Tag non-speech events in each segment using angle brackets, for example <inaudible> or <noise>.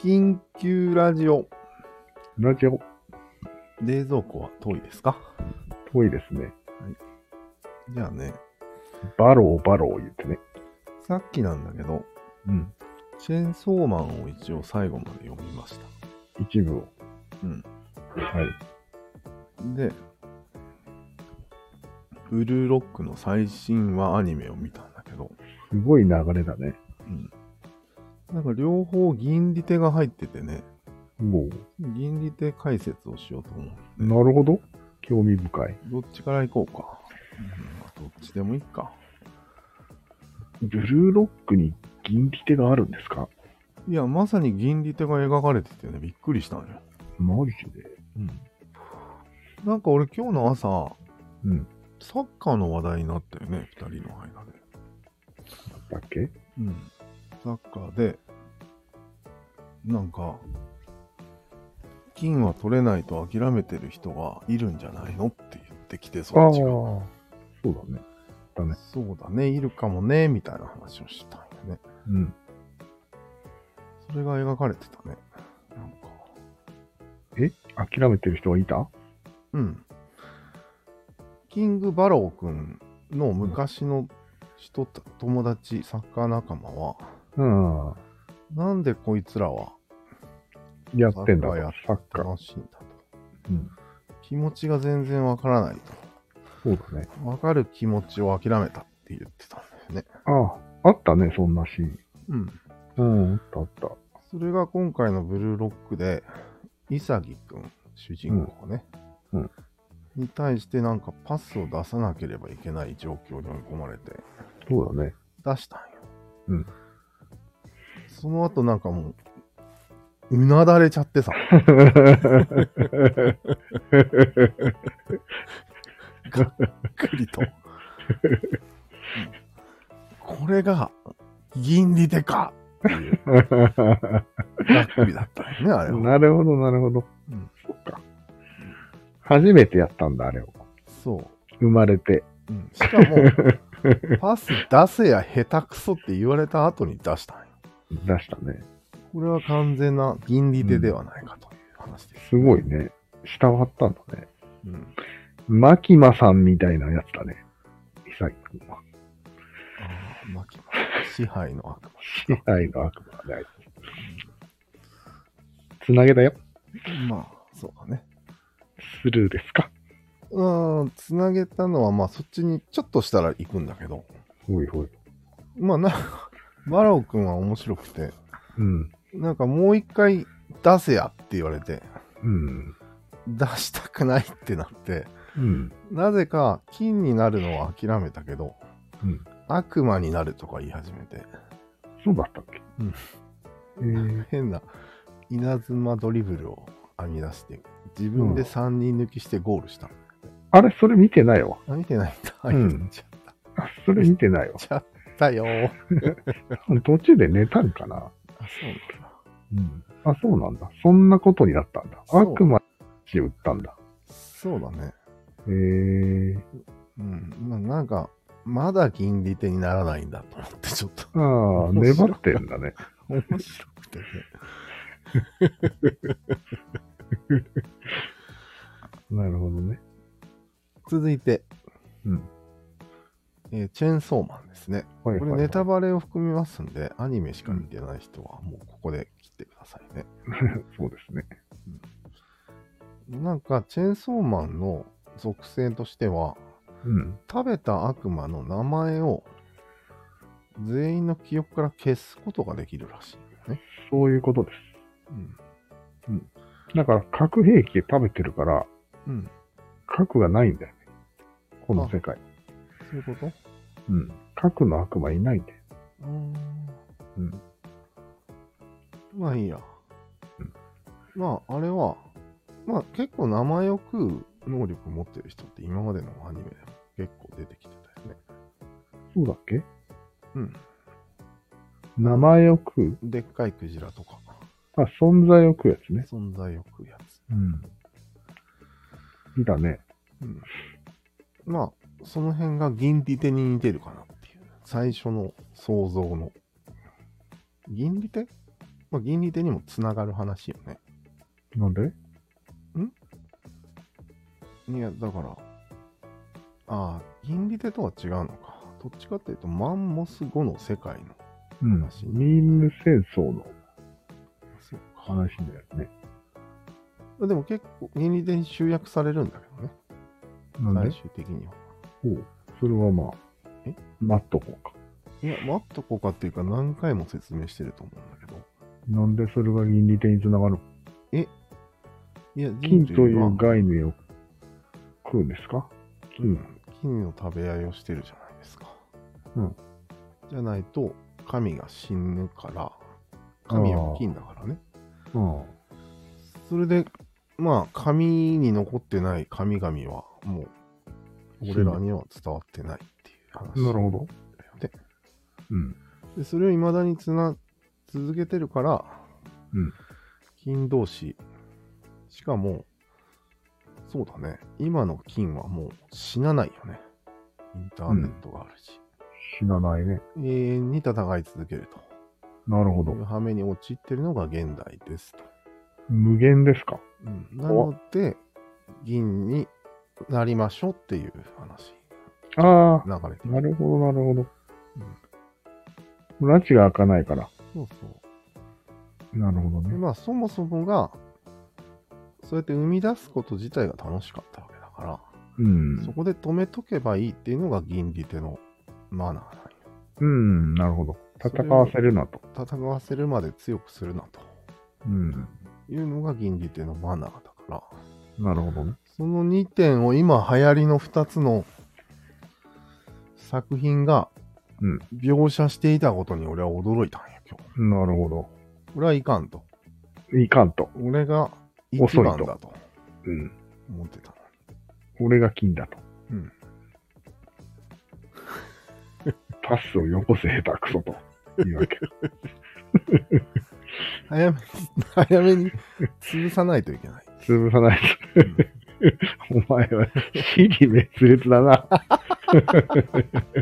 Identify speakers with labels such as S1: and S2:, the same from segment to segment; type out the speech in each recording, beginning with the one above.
S1: 緊急ラジオ。
S2: ラジオ、
S1: 冷蔵庫は遠いですか
S2: 遠いですね。
S1: じゃあね、
S2: バローバロー言ってね。
S1: さっきなんだけど、
S2: うん。
S1: チェーンソーマンを一応最後まで読みました。
S2: 一部を。
S1: うん。
S2: はい。
S1: で、ブルーロックの最新話アニメを見たんだけど、
S2: すごい流れだね。
S1: なんか両方銀利手が入っててね、
S2: おう
S1: 銀利手解説をしようと思う。
S2: なるほど。興味深い。
S1: どっちから行こうか。うん、どっちでもいいか。
S2: ブルーロックに銀利手があるんですか
S1: いや、まさに銀利手が描かれててね、びっくりしたのよ。
S2: マジで。
S1: なんか俺今日の朝、
S2: うん。
S1: サッカーの話題になったよね、二人の間で。
S2: だっけ
S1: うん。サッカーで、なんか、金は取れないと諦めてる人がいるんじゃないのって言ってきて、そっちが。
S2: そうだね。だね。
S1: そうだね、いるかもね、みたいな話をしたんよね。
S2: うん。
S1: それが描かれてたね。なんか、
S2: え諦めてる人はいた
S1: うん。キング・バロー君の昔の人と、友達、サッカー仲間は、
S2: うん。
S1: なんでこいつらは
S2: やってんだ
S1: サッカーやっ。
S2: サッカー。
S1: 楽しいんだと。
S2: うん。
S1: 気持ちが全然わからない
S2: そうだね。
S1: と。わかる気持ちを諦めたって言ってたんだよね。
S2: ああ、あったね、そんなシーン。
S1: うん。
S2: うん、あったあった。
S1: それが今回のブルーロックで、イサギくん、主人公ね、
S2: うんうん
S1: に対してなんかパスを出さなければいけない状況に追い込まれて、
S2: そうだね。 <laughs>
S1: 出したんよ。
S2: うん。
S1: その後なんかもう、うなだれちゃってさ、ゆっくりと。うんこれが、銀利でかっていう、がっくりだったよね、あれは。
S2: なるほど、なるほど。
S1: うん
S2: そっか。初めてやったんだ、あれを。
S1: そう。
S2: 生まれて。
S1: うん、しかも、パス出せや下手くそって言われた後に出したんよ。
S2: 出したね。
S1: これは完全な銀利手ではないかという話です。
S2: すごいね。下はあったんだね。
S1: うん。
S2: マキマさんみたいなやつだね。イサイ君は。
S1: ああ、まきま支配の悪魔。
S2: 支配の悪魔だね。つなげだよ。
S1: まあ、そうだね。
S2: スルーですか。
S1: うーん、つなげたのは、まあ、そっちにちょっとしたら行くんだけど、
S2: ほいほい。
S1: まあ、
S2: <laughs>
S1: なんか、バラオ君は面白くて、
S2: うん。
S1: なんかもう一回出せやって言われて、
S2: うん。
S1: 出したくないってなって、
S2: うん。
S1: なぜか金になるのは諦めたけど、
S2: うん
S1: 悪魔になるとか言い始めて、
S2: そうだったっけ
S1: うん。
S2: え
S1: 変な稲妻ドリブルを編み出して、自分で
S2: うん
S1: 3人抜きしてゴールした。
S2: ー、あれ、それ見てないわ。
S1: あ見てないんだ。
S2: うん
S1: <laughs> 見ちゃっ
S2: あ、それ見てないわ。
S1: たよー。
S2: 途中で寝たんかな。
S1: あ、そうなんだ。
S2: うん。あ、そうなんだ。そんなことになったんだ。
S1: そう
S2: 悪魔に打ったんだ。
S1: そうだね。
S2: へえ。
S1: うん。まあ、なんか、まだ銀利手にならないんだと思って、 <laughs> ちょっと
S2: ああ、
S1: 面白
S2: 粘
S1: い
S2: ってんだね。 <laughs>
S1: 面白くてね。
S2: なるほどね。
S1: 続いて、
S2: うん。
S1: えーチェーンソーマンですね。
S2: は
S1: こ
S2: いはい
S1: れ
S2: はい
S1: ネタバレを含みますんで、アニメしか見てない人はもうここで切ってくださいね。
S2: そうですね。
S1: なんか、チェーンソーマンの属性としては、
S2: うん。
S1: 食べた悪魔の名前を全員の記憶から消すことができるらしいんだよね。
S2: そういうことで
S1: うん。
S2: す。だから、核兵器食べてるから、
S1: うん。
S2: 核がないんだよね。この世界。
S1: そういうこと
S2: うん。核の悪魔いないんだよ。
S1: うーん。
S2: うん。
S1: まあいいや。
S2: うん
S1: まあ、あれは、まあ結構名前を食う能力持ってる人って今までのアニメでも結構出てきてたよね。
S2: そうだっけ
S1: うん。
S2: 名前を食う
S1: でっかいクジラとか、
S2: あ、存在を食うやつね。
S1: 存在を食うやつ。
S2: うん。いいだね。
S1: うんまあ、その辺が銀利手に似てるかなっていう。最初の想像の。銀利手まあ、銀利手にもつながる話よね。
S2: なんで
S1: いや、だから、ああ、銀利手とは違うのか。どっちかっていうと、マンモス後の世界の
S2: うん。
S1: 話
S2: 民務戦争の
S1: そうか
S2: 話だよね。
S1: でも結構、銀利手に集約されるんだけどね。
S2: なん
S1: 最
S2: で
S1: 終的には。
S2: ほう。それはまあ、
S1: え
S2: 待っとこうか。
S1: いや、待っとこうかっていうか、何回も説明してると思うんだけど。
S2: なんでそれが倫理点につながる
S1: いや、
S2: 金とい
S1: 人類は
S2: う概念を食うんですか
S1: う
S2: 金
S1: ん、金の食べ合いをしてるじゃないですか。
S2: うん。
S1: じゃないと、神が死ぬから、神は金だからね。
S2: あ
S1: それで、まあ、紙に残ってない神々は、もう、俺らには伝わってないっていう
S2: あ。
S1: 話。
S2: なるほど。
S1: で
S2: うん。
S1: で、それを未だにつな、続けてるから、
S2: うん。
S1: 金同士、しかも、そうだね、今の金はもう死なないよね。インターネットがあるし。
S2: 死なないね。
S1: 永遠に戦い続ける
S2: なるほ
S1: と
S2: ど
S1: い。う羽目に陥ってるのが現代ですと。
S2: 無限ですか
S1: うん、なので、銀になりましょうっていう話、
S2: ああ、
S1: 流れて
S2: なるほど、なるほど。拉致が開かないから。
S1: そうそう。
S2: なるほど
S1: で
S2: ね。
S1: まあ、そもそもが、そうやって生み出すこと自体が楽しかったわけだから、
S2: うん。
S1: そこで止めとけばいいっていうのが銀利手のマナーなんよ。
S2: うん、なるほど。戦わせるなと。
S1: 戦わせるまで強くするなと
S2: うん。
S1: いうのが銀利手のマナーだから、
S2: なるほどね。
S1: その2点を今流行りの2つの作品が
S2: うん
S1: 描写していたことに俺は驚いたんや、今日。
S2: なるほど
S1: これはいかんと。。
S2: いかんと。
S1: 俺が一番だと
S2: うん。
S1: 思ってたの
S2: 俺が金だと。 <laughs>
S1: うん。
S2: パスをよこせ、下手くそと。いうわけ。
S1: 早めに、早めに潰さないといけない。
S2: 潰さないと。お前は、死に滅裂だな。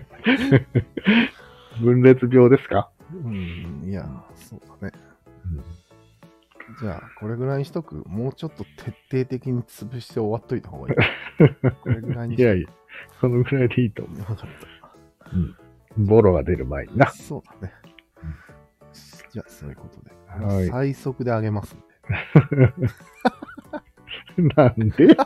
S2: <laughs> 分裂病ですか、
S1: うん、いや、そうだね。じゃあ、これぐらいにしとく。もうちょっと徹底的に潰して終わっといた方がいい。
S2: <laughs>
S1: これぐらいにしと
S2: いやいや、そのぐらいでいいと思
S1: く。わかった
S2: う。ボロが出る前にな。
S1: そうだね。じゃあ、そういうことで。
S2: はい
S1: 最速で上げますんで。
S2: なんで